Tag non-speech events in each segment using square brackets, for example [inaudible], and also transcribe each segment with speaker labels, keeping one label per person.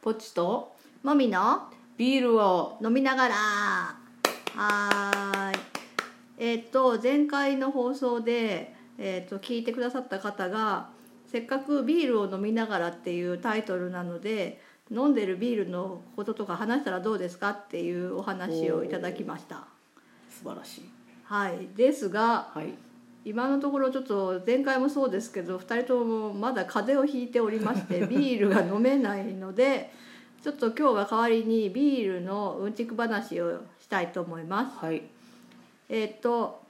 Speaker 1: ポチと
Speaker 2: もみの
Speaker 1: ビールを
Speaker 2: 飲みながらはーいえっと前回の放送で、えっと聞いてくださった方が「せっかくビールを飲みながら」っていうタイトルなので飲んでるビールのこととか話したらどうですかっていうお話をいただきました
Speaker 1: 素晴らしい
Speaker 2: はいですが
Speaker 1: はい
Speaker 2: 今のところちょっと前回もそうですけど2人ともまだ風邪をひいておりま
Speaker 1: [laughs]
Speaker 2: してビールが飲めないのでちょっと今日は代わりにビールのうんちく話をしたいと思います。
Speaker 1: はい
Speaker 2: えっと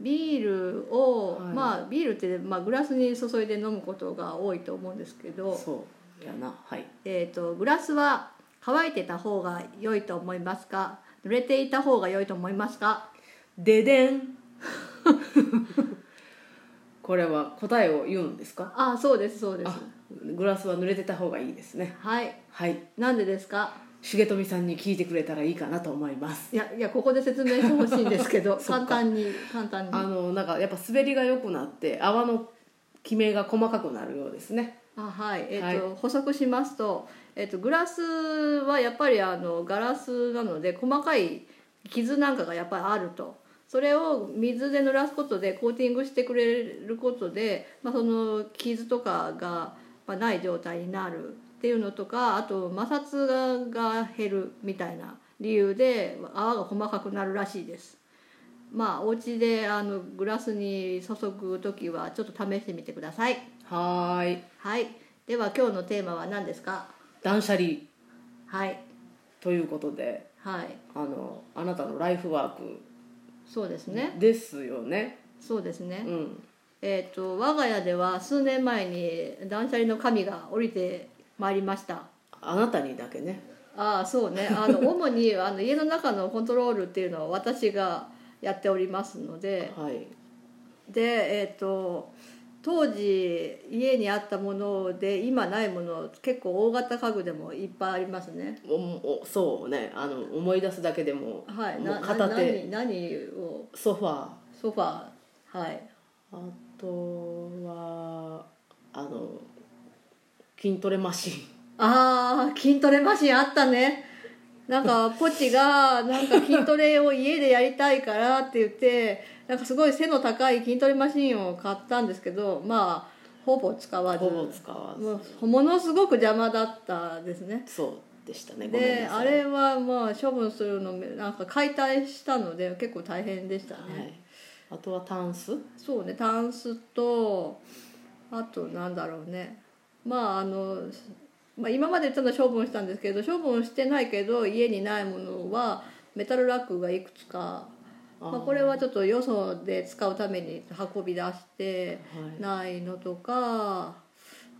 Speaker 2: ビールを、
Speaker 1: はい
Speaker 2: まあビールって、まあ、グラスに注いで飲むことが多いと思うんですけど、
Speaker 1: そうやなはい
Speaker 2: えっとグラスは乾いてた方が良いと思いますか濡れていた方が良いと思いますか
Speaker 1: ででん [laughs] これは答えを言うんですか
Speaker 2: あそうですそうです
Speaker 1: あグラスは濡れてた方がいいですね
Speaker 2: はい
Speaker 1: はい
Speaker 2: なんでですか
Speaker 1: 重富さんに聞いてくれたらいいかなと思います
Speaker 2: いやいやここで説明してほしいんですけど
Speaker 1: [laughs] そっ
Speaker 2: 簡
Speaker 1: か
Speaker 2: 単に簡単に
Speaker 1: あ
Speaker 2: あ
Speaker 1: のなんかやっぱ滑りが良くなって泡のきめが細かくなるようですね
Speaker 2: はいえっ、と、補足しますと,、えっとグラスはやっぱりあのガラスなので細かい傷なんかがやっぱりあるとそれを水で濡らすことでコーティングしてくれることで、まあ、その傷とかがまあない状態になるっていうのとかあと摩擦がが減るみたいな理由で泡が細かくなるらしいです。まあお家であのグラスに注ぐ時はちょっと試してみてください。
Speaker 1: はーい
Speaker 2: はい。では今日のテーマは何ですか。
Speaker 1: 断捨離
Speaker 2: はい
Speaker 1: ということで
Speaker 2: はい。
Speaker 1: あのあなたのライフワーク
Speaker 2: そうですね。
Speaker 1: ですよね
Speaker 2: そうですね。
Speaker 1: うん
Speaker 2: えっ、と我が家では数年前に断捨離の神が降りてまいりました。
Speaker 1: あなたにだけね
Speaker 2: ああそうね。
Speaker 1: [laughs]
Speaker 2: あの主にあの家の中のコントロールっていうのは私がやっておりますので、
Speaker 1: はい
Speaker 2: でえっ、と。当時家にあったもので今ないもの結構大型家具でもいっぱいありますね
Speaker 1: おおそうねあの思い出すだけでも,、
Speaker 2: はい
Speaker 1: も
Speaker 2: な
Speaker 1: う片手
Speaker 2: 何何を
Speaker 1: ソファー
Speaker 2: ソファーはい
Speaker 1: あとはあの筋トレマシン
Speaker 2: あー筋トレマシンあったねなんかポチがなんか筋トレを家でやりたいからって言ってなんかすごい背の高い筋トレマシンを買ったんですけどまあほぼ使わず
Speaker 1: ほぼ使わず、
Speaker 2: もうものすごく邪魔だったですね
Speaker 1: そうでしたねごめん
Speaker 2: で
Speaker 1: なさ
Speaker 2: あ
Speaker 1: い
Speaker 2: れはまあ処分するのめなんか解体したので結構大変でしたね、
Speaker 1: はい、あとはタンス
Speaker 2: そうねタンスとあとなんだろうねまああの、まあ、今までただ処分したんですけど処分してないけど家にないものはメタルラックがいくつかまあ、これはちょっとよそで使うために運び出して
Speaker 1: は
Speaker 2: ないのとか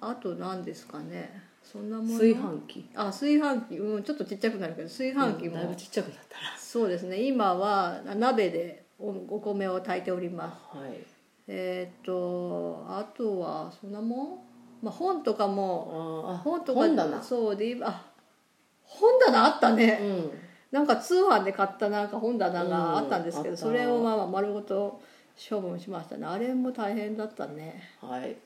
Speaker 2: あと何ですかねそんなも
Speaker 1: い、
Speaker 2: の
Speaker 1: 炊飯器
Speaker 2: あ炊飯器うんちょっとちっちゃくなるけど炊飯器
Speaker 1: うんだいぶ
Speaker 2: も
Speaker 1: ちっちゃくなった
Speaker 2: そうですね今は鍋でおお米を炊いております
Speaker 1: らはい
Speaker 2: えーっとあとはそんなもん、まあ、本とか
Speaker 1: あ
Speaker 2: も
Speaker 1: ーあ
Speaker 2: 本とか
Speaker 1: 本棚
Speaker 2: そうであ本棚あった
Speaker 1: う
Speaker 2: ね、
Speaker 1: ん
Speaker 2: なんか通販で買ったなんか本棚があったんですけど、
Speaker 1: うんあった
Speaker 2: それをまあまあ丸ごと処分しましたねあれも大変だったね
Speaker 1: はい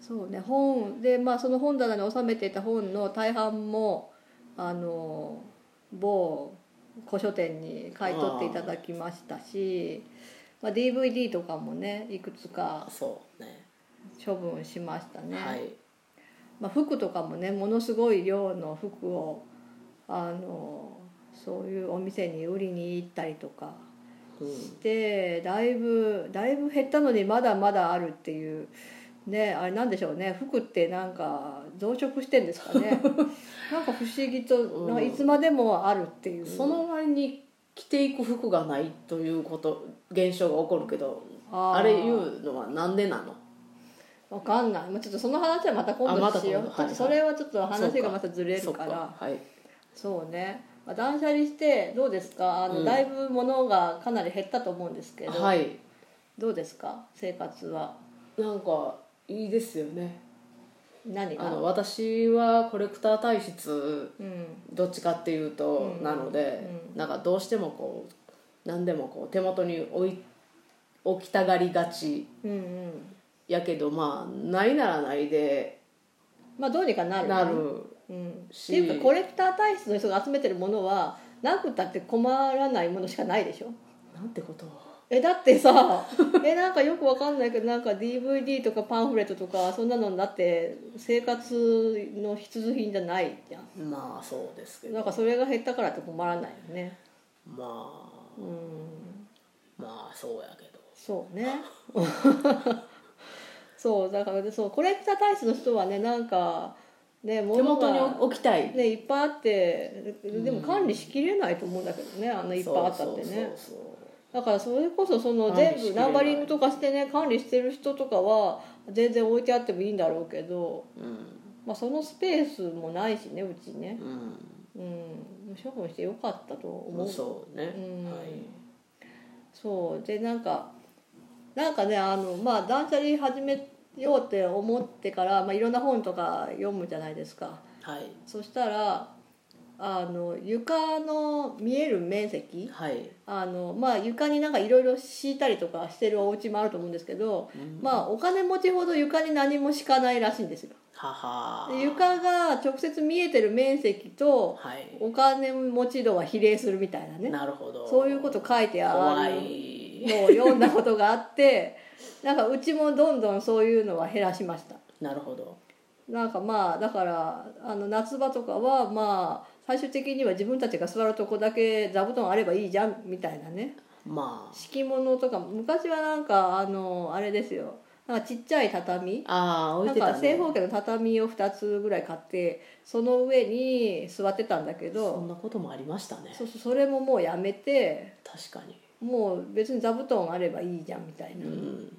Speaker 2: そうね本でまあその本棚に収めていた本の大半もあの某古書店に買い取っていただきましたしまあ、DVD とかもねいくつか
Speaker 1: あそうね
Speaker 2: 処分しましたね、
Speaker 1: はい
Speaker 2: まあ、服とかもねものすごい量の服をあのそういうお店に売りに行ったりとか
Speaker 1: うん
Speaker 2: してだいぶだいぶ減ったのにまだまだあるっていう。ね、あれなんでしょうね服ってなんか増殖してんですか
Speaker 1: [laughs]
Speaker 2: ねなんか不思議となんかいつまでもあるっていう、
Speaker 1: その割に着ていく服がないということ現象が起こるけど
Speaker 2: あ
Speaker 1: あ
Speaker 2: ー
Speaker 1: れ言うのはなんでなの
Speaker 2: わかんない、まあ、ちょっとその話はまた今
Speaker 1: あま
Speaker 2: 度
Speaker 1: た
Speaker 2: しよう、
Speaker 1: 今度はいはい
Speaker 2: それはちょっと話がまたずれ
Speaker 1: そ
Speaker 2: る
Speaker 1: っ
Speaker 2: から
Speaker 1: はい
Speaker 2: そうね、まあ、断捨離してどうですかあの、
Speaker 1: うん
Speaker 2: だいぶ物がかなり減ったと思うんですけど、
Speaker 1: はい
Speaker 2: どうですか生活は
Speaker 1: なんかいいですよね
Speaker 2: 何
Speaker 1: あの
Speaker 2: が
Speaker 1: 私はコレクター体質
Speaker 2: うん
Speaker 1: どっちかっていうと
Speaker 2: うん
Speaker 1: なので、なんかどうしてもこう何でもこう手元に置い置きたがりがち
Speaker 2: うんうん
Speaker 1: やけどまあないならないで
Speaker 2: まあどうにかなる
Speaker 1: なる
Speaker 2: うん、って
Speaker 1: し
Speaker 2: いうかコレクター体質の人が集めてるものはなくたって困らないものしかないでしょ
Speaker 1: なんてことを
Speaker 2: えだって
Speaker 1: [laughs]
Speaker 2: さえなんかよくわかんないけどなんか DVD とかパンフレットとかそんなのだって生活の必需品じゃないじゃん
Speaker 1: まあそうですけど
Speaker 2: なんかそれが減ったからって困らないよね
Speaker 1: まあ
Speaker 2: うん
Speaker 1: まあそうやけど
Speaker 2: そうね [laughs] そうだからそうコレクター体質の人はねなんかね
Speaker 1: 手
Speaker 2: 物
Speaker 1: 元
Speaker 2: が
Speaker 1: に置きたい
Speaker 2: ねいっぱいあってでも管理しきれないと思うんだけどねあんないっぱいあったってね
Speaker 1: そうそう
Speaker 2: だからそれこそその
Speaker 1: 管理
Speaker 2: 全
Speaker 1: しき
Speaker 2: 部
Speaker 1: れない
Speaker 2: ナンバリングとかしてね管理してる人とかは全然置いてあってもいいんだろうけど、
Speaker 1: そううん
Speaker 2: まあ、そのスペースもないしねうちね
Speaker 1: う
Speaker 2: うん処分してよかったと思
Speaker 1: ん
Speaker 2: う
Speaker 1: そうね
Speaker 2: うん
Speaker 1: はい
Speaker 2: そうでなんかなんかねあのまあ断捨離始めようって思ってから、まあ、いろんな本とか読むじゃないですか
Speaker 1: はい
Speaker 2: そしたらあの床の見える面積、
Speaker 1: はい
Speaker 2: あのまあ床になんかいろいろ敷いたりとかしてるお家もあると思うんですけど、
Speaker 1: うん
Speaker 2: まあお金持ちほど床に何も敷かないらしいんですよ
Speaker 1: はは
Speaker 2: で床が直接見えてる面積と
Speaker 1: はい
Speaker 2: お金持ち度は比例するみたいなね
Speaker 1: なるほど
Speaker 2: そういうこと書いてあ
Speaker 1: 怖
Speaker 2: る
Speaker 1: い
Speaker 2: のを読んだことがあってなんかうちもどんどんそういうのは減らしました
Speaker 1: なるほど
Speaker 2: なんかまあだからあの夏場とかはまあ最終的には自分たちが座るとこだけ座布団あればいいじゃんみたいなね
Speaker 1: ま
Speaker 2: 敷物とか昔はなんかあのあれですよなんかちっちゃい畳
Speaker 1: あああ置い
Speaker 2: なん
Speaker 1: てた
Speaker 2: か正
Speaker 1: ね
Speaker 2: 方形の畳を2つぐらい買ってその上に座ってたんだけ
Speaker 1: そ
Speaker 2: ど
Speaker 1: んなこともありましたね
Speaker 2: そうそうそれももうやめて
Speaker 1: 確かに
Speaker 2: もう別に座布団あればいいじゃんみたいな、
Speaker 1: うん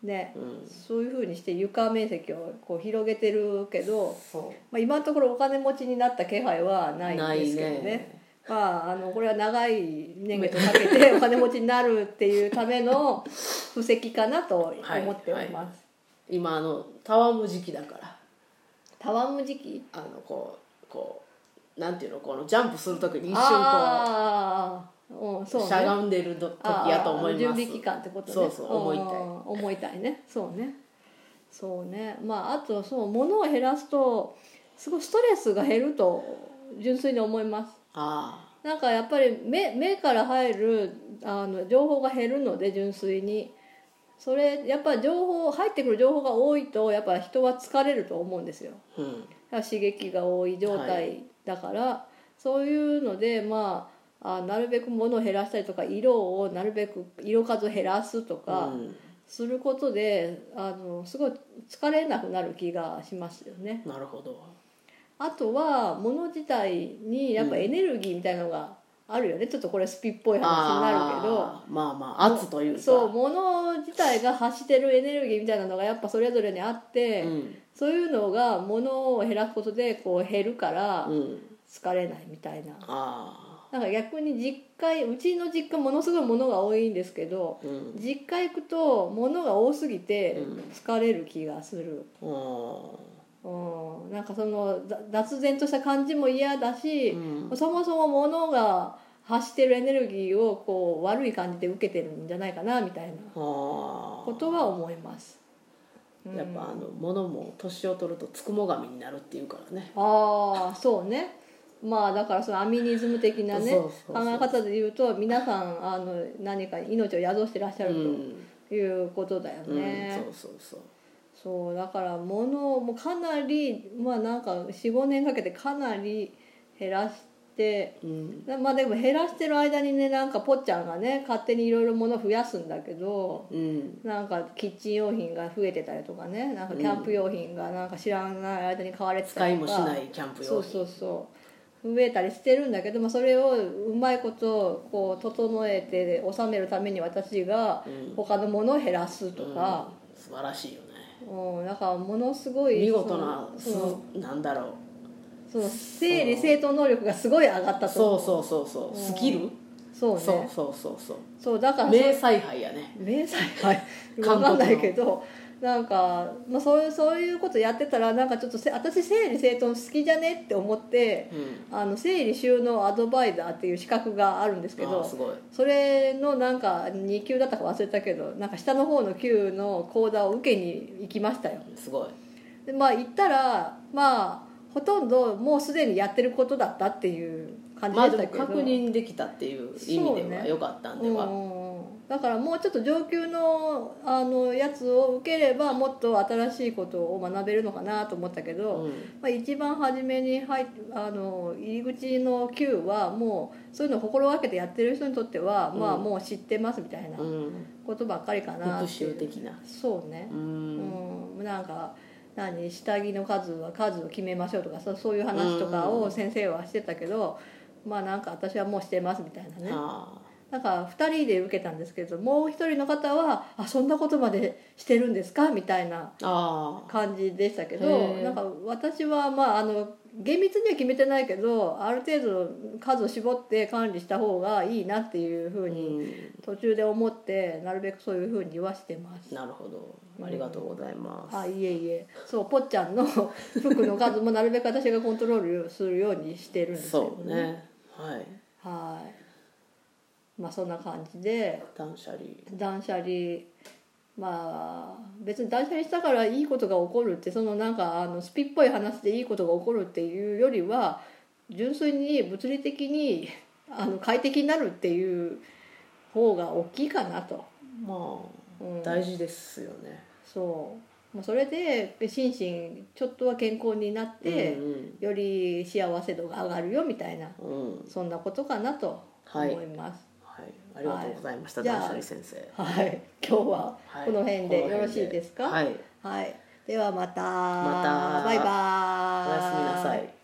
Speaker 2: ね
Speaker 1: うん
Speaker 2: そういうふうにして床面積をこう広げてるけど、
Speaker 1: そ
Speaker 2: まあ、今のところお金持ちになった気配は
Speaker 1: う
Speaker 2: ない
Speaker 1: なん
Speaker 2: で
Speaker 1: い
Speaker 2: すけど
Speaker 1: ね
Speaker 2: まあ、あのこれは長い年月をかけ
Speaker 1: [laughs]
Speaker 2: てお金持ちになるっていうための布石かなと思っております、
Speaker 1: 今あの戯む時期だから
Speaker 2: 戯む時期
Speaker 1: あのこうこうなんていうのこのジャンプするときに一瞬
Speaker 2: ああうんそ
Speaker 1: こ
Speaker 2: うね
Speaker 1: うしゃがんでる時やと思います
Speaker 2: 準備期間ってことね
Speaker 1: そうそう思いたい
Speaker 2: うん思いたいねそうねそうねまああとそう物を減らすとすごいストレスが減ると純粋に思います
Speaker 1: あ
Speaker 2: なんかやっぱり目目から入るあの情報が減るので純粋にそれやっぱり情報入ってくる情報が多いとやっぱ人は疲れると思うんですよ
Speaker 1: あうん
Speaker 2: だから刺激が多い状
Speaker 1: は
Speaker 2: 態だから、そういうのでまああなるべく物を減らしたりとか色をなるべく色数を減らすと
Speaker 1: う
Speaker 2: か
Speaker 1: ん
Speaker 2: することで、あのすごい疲れなくなる気がしますよね。
Speaker 1: なるほど
Speaker 2: あとは物自体にやっぱエネルギーみたいなのがあるよね、ちょっとこれスピっぽい話になるけど
Speaker 1: あーまあまあ圧というか
Speaker 2: そう物自体が発してるエネルギーみたいなのがやっぱそれぞれにあって、
Speaker 1: うん
Speaker 2: そういうのが物を減らすことでこう減るから
Speaker 1: うん
Speaker 2: 疲れないみたいな。
Speaker 1: あ
Speaker 2: なんか逆に実家うちの実家ものすごい物が多いんですけど
Speaker 1: あうん
Speaker 2: 実家行くと物が多すぎて
Speaker 1: うん
Speaker 2: 疲れる気がする、
Speaker 1: お
Speaker 2: うん、なんかそのざ雑然とした感じも嫌だし、
Speaker 1: ーうん
Speaker 2: そもそも物が発してるエネルギーをこう悪い感じで受けてるんじゃないかなみたいな
Speaker 1: ああ
Speaker 2: ことは思います。うん
Speaker 1: やっぱあの物も年を取るとつくも神になるっていうからね
Speaker 2: ああそうねまあだからそのアミニズム的なね
Speaker 1: そうそうそう
Speaker 2: 考え方で言うと皆さんあの何かに命を宿してらっしゃ
Speaker 1: う
Speaker 2: る
Speaker 1: ん
Speaker 2: ということだよね。
Speaker 1: うんそうそう
Speaker 2: そうだから物をもうかなりまあなんか45年かけてかなり減らして
Speaker 1: そううん
Speaker 2: まあでも減らしてる間にねなんかぽっちゃんがね勝手にいろいろ物増やすんだけど
Speaker 1: うん
Speaker 2: なんかキッチン用品が増えてたりとかねなんかキャンプ用品がなんか知らない間に買われてた
Speaker 1: 使い
Speaker 2: りと
Speaker 1: もし
Speaker 2: か、
Speaker 1: ないキャンプ
Speaker 2: そ
Speaker 1: 用
Speaker 2: う
Speaker 1: 品
Speaker 2: そうそう増えたりしてるんだけど、まあ、それをうまいことこう整えて収めるために私が
Speaker 1: うん
Speaker 2: 他のものを減らすとか、
Speaker 1: うん素晴らしいよね
Speaker 2: うん、だからものすごい
Speaker 1: 見事な
Speaker 2: その
Speaker 1: すなんだろ
Speaker 2: そのその整理整頓能力がすごい上がった
Speaker 1: う
Speaker 2: と思
Speaker 1: そううそうそうそうスキル
Speaker 2: そうね
Speaker 1: そうそうそうそう
Speaker 2: そうだから
Speaker 1: 名采配やね
Speaker 2: 名采配 [laughs]
Speaker 1: 韓
Speaker 2: わ
Speaker 1: 国の
Speaker 2: かんないけどなんか、まあ、そういうそういうことやってたらなんかちょっとせ私整理整頓好きじゃねって思って
Speaker 1: うん
Speaker 2: あの整理収納アドバイザーっていう資格があるんですけ
Speaker 1: あー
Speaker 2: ど
Speaker 1: すごい
Speaker 2: それのなんか2級だったか忘れたけどなんか下の方の級の講座を受けに行きましたよ
Speaker 1: すごい
Speaker 2: でまあ行ったらまあほとんどもうすでにやってることだったっていう感じ
Speaker 1: ま
Speaker 2: で
Speaker 1: あ
Speaker 2: し
Speaker 1: で
Speaker 2: た
Speaker 1: も
Speaker 2: けど、
Speaker 1: 確認できたっていう意味では良かったんで
Speaker 2: うんう
Speaker 1: は、
Speaker 2: んうんだからもうちょっと上級のあのやつを受ければもっと新しいことを学べるのかなと思ったけど、
Speaker 1: うん
Speaker 2: まあ、一番初めに入っあの入り口の Q はもうそういうのを心がけてやってる人にとっては、
Speaker 1: うん
Speaker 2: まあもう知ってますみたいな
Speaker 1: うん、
Speaker 2: ことばっかりかなって
Speaker 1: 復
Speaker 2: いう
Speaker 1: 習的な
Speaker 2: そうね
Speaker 1: う
Speaker 2: うんん、なんか何下着の数は数を決めましょうとかそうそういう話とかを先生はしてたけど、まあなんか私はもうしてますみたいなね
Speaker 1: あ
Speaker 2: なんか2人で受けたんですけどもう1人の方は「あそんなことまでしてるんですか?」みたいな
Speaker 1: あああ
Speaker 2: 感じでしたけど
Speaker 1: へえ
Speaker 2: なんか私はまああの厳密には決めてないけどある程度数を絞って管理した方がいいなっていうふう
Speaker 1: う
Speaker 2: に
Speaker 1: ん
Speaker 2: 途中で思ってなるべくそういうふうにはしてます。
Speaker 1: なるほどありがとうございます、
Speaker 2: あいえいえそうぽっちゃんの [laughs] 服の数もなるべく私がコントロールするようにしてるんですけど
Speaker 1: そうねはい
Speaker 2: はいまあそんな感じで
Speaker 1: 断捨離
Speaker 2: 断捨離まあ別に断捨離したからいいことが起こるってそのなんかあのスピっぽい話でいいことが起こるっていうよりは純粋に物理的にあの快適になるっていう方が大きいかなと。
Speaker 1: ま
Speaker 2: うん
Speaker 1: あ大事ですよね、
Speaker 2: そう、まあ、それで心身ちょっとは健康になって、
Speaker 1: うん
Speaker 2: より幸せ度が上がるよみたいな
Speaker 1: うん、うん
Speaker 2: そんなことかなと思
Speaker 1: はい
Speaker 2: います
Speaker 1: はい、ありがとうございました、
Speaker 2: はい
Speaker 1: 断捨離先生
Speaker 2: はい、今日は
Speaker 1: はい
Speaker 2: この辺で
Speaker 1: この
Speaker 2: よろ
Speaker 1: 辺
Speaker 2: しいですか
Speaker 1: はい
Speaker 2: はい、ではまた
Speaker 1: また
Speaker 2: バイバイ
Speaker 1: おやすみなさい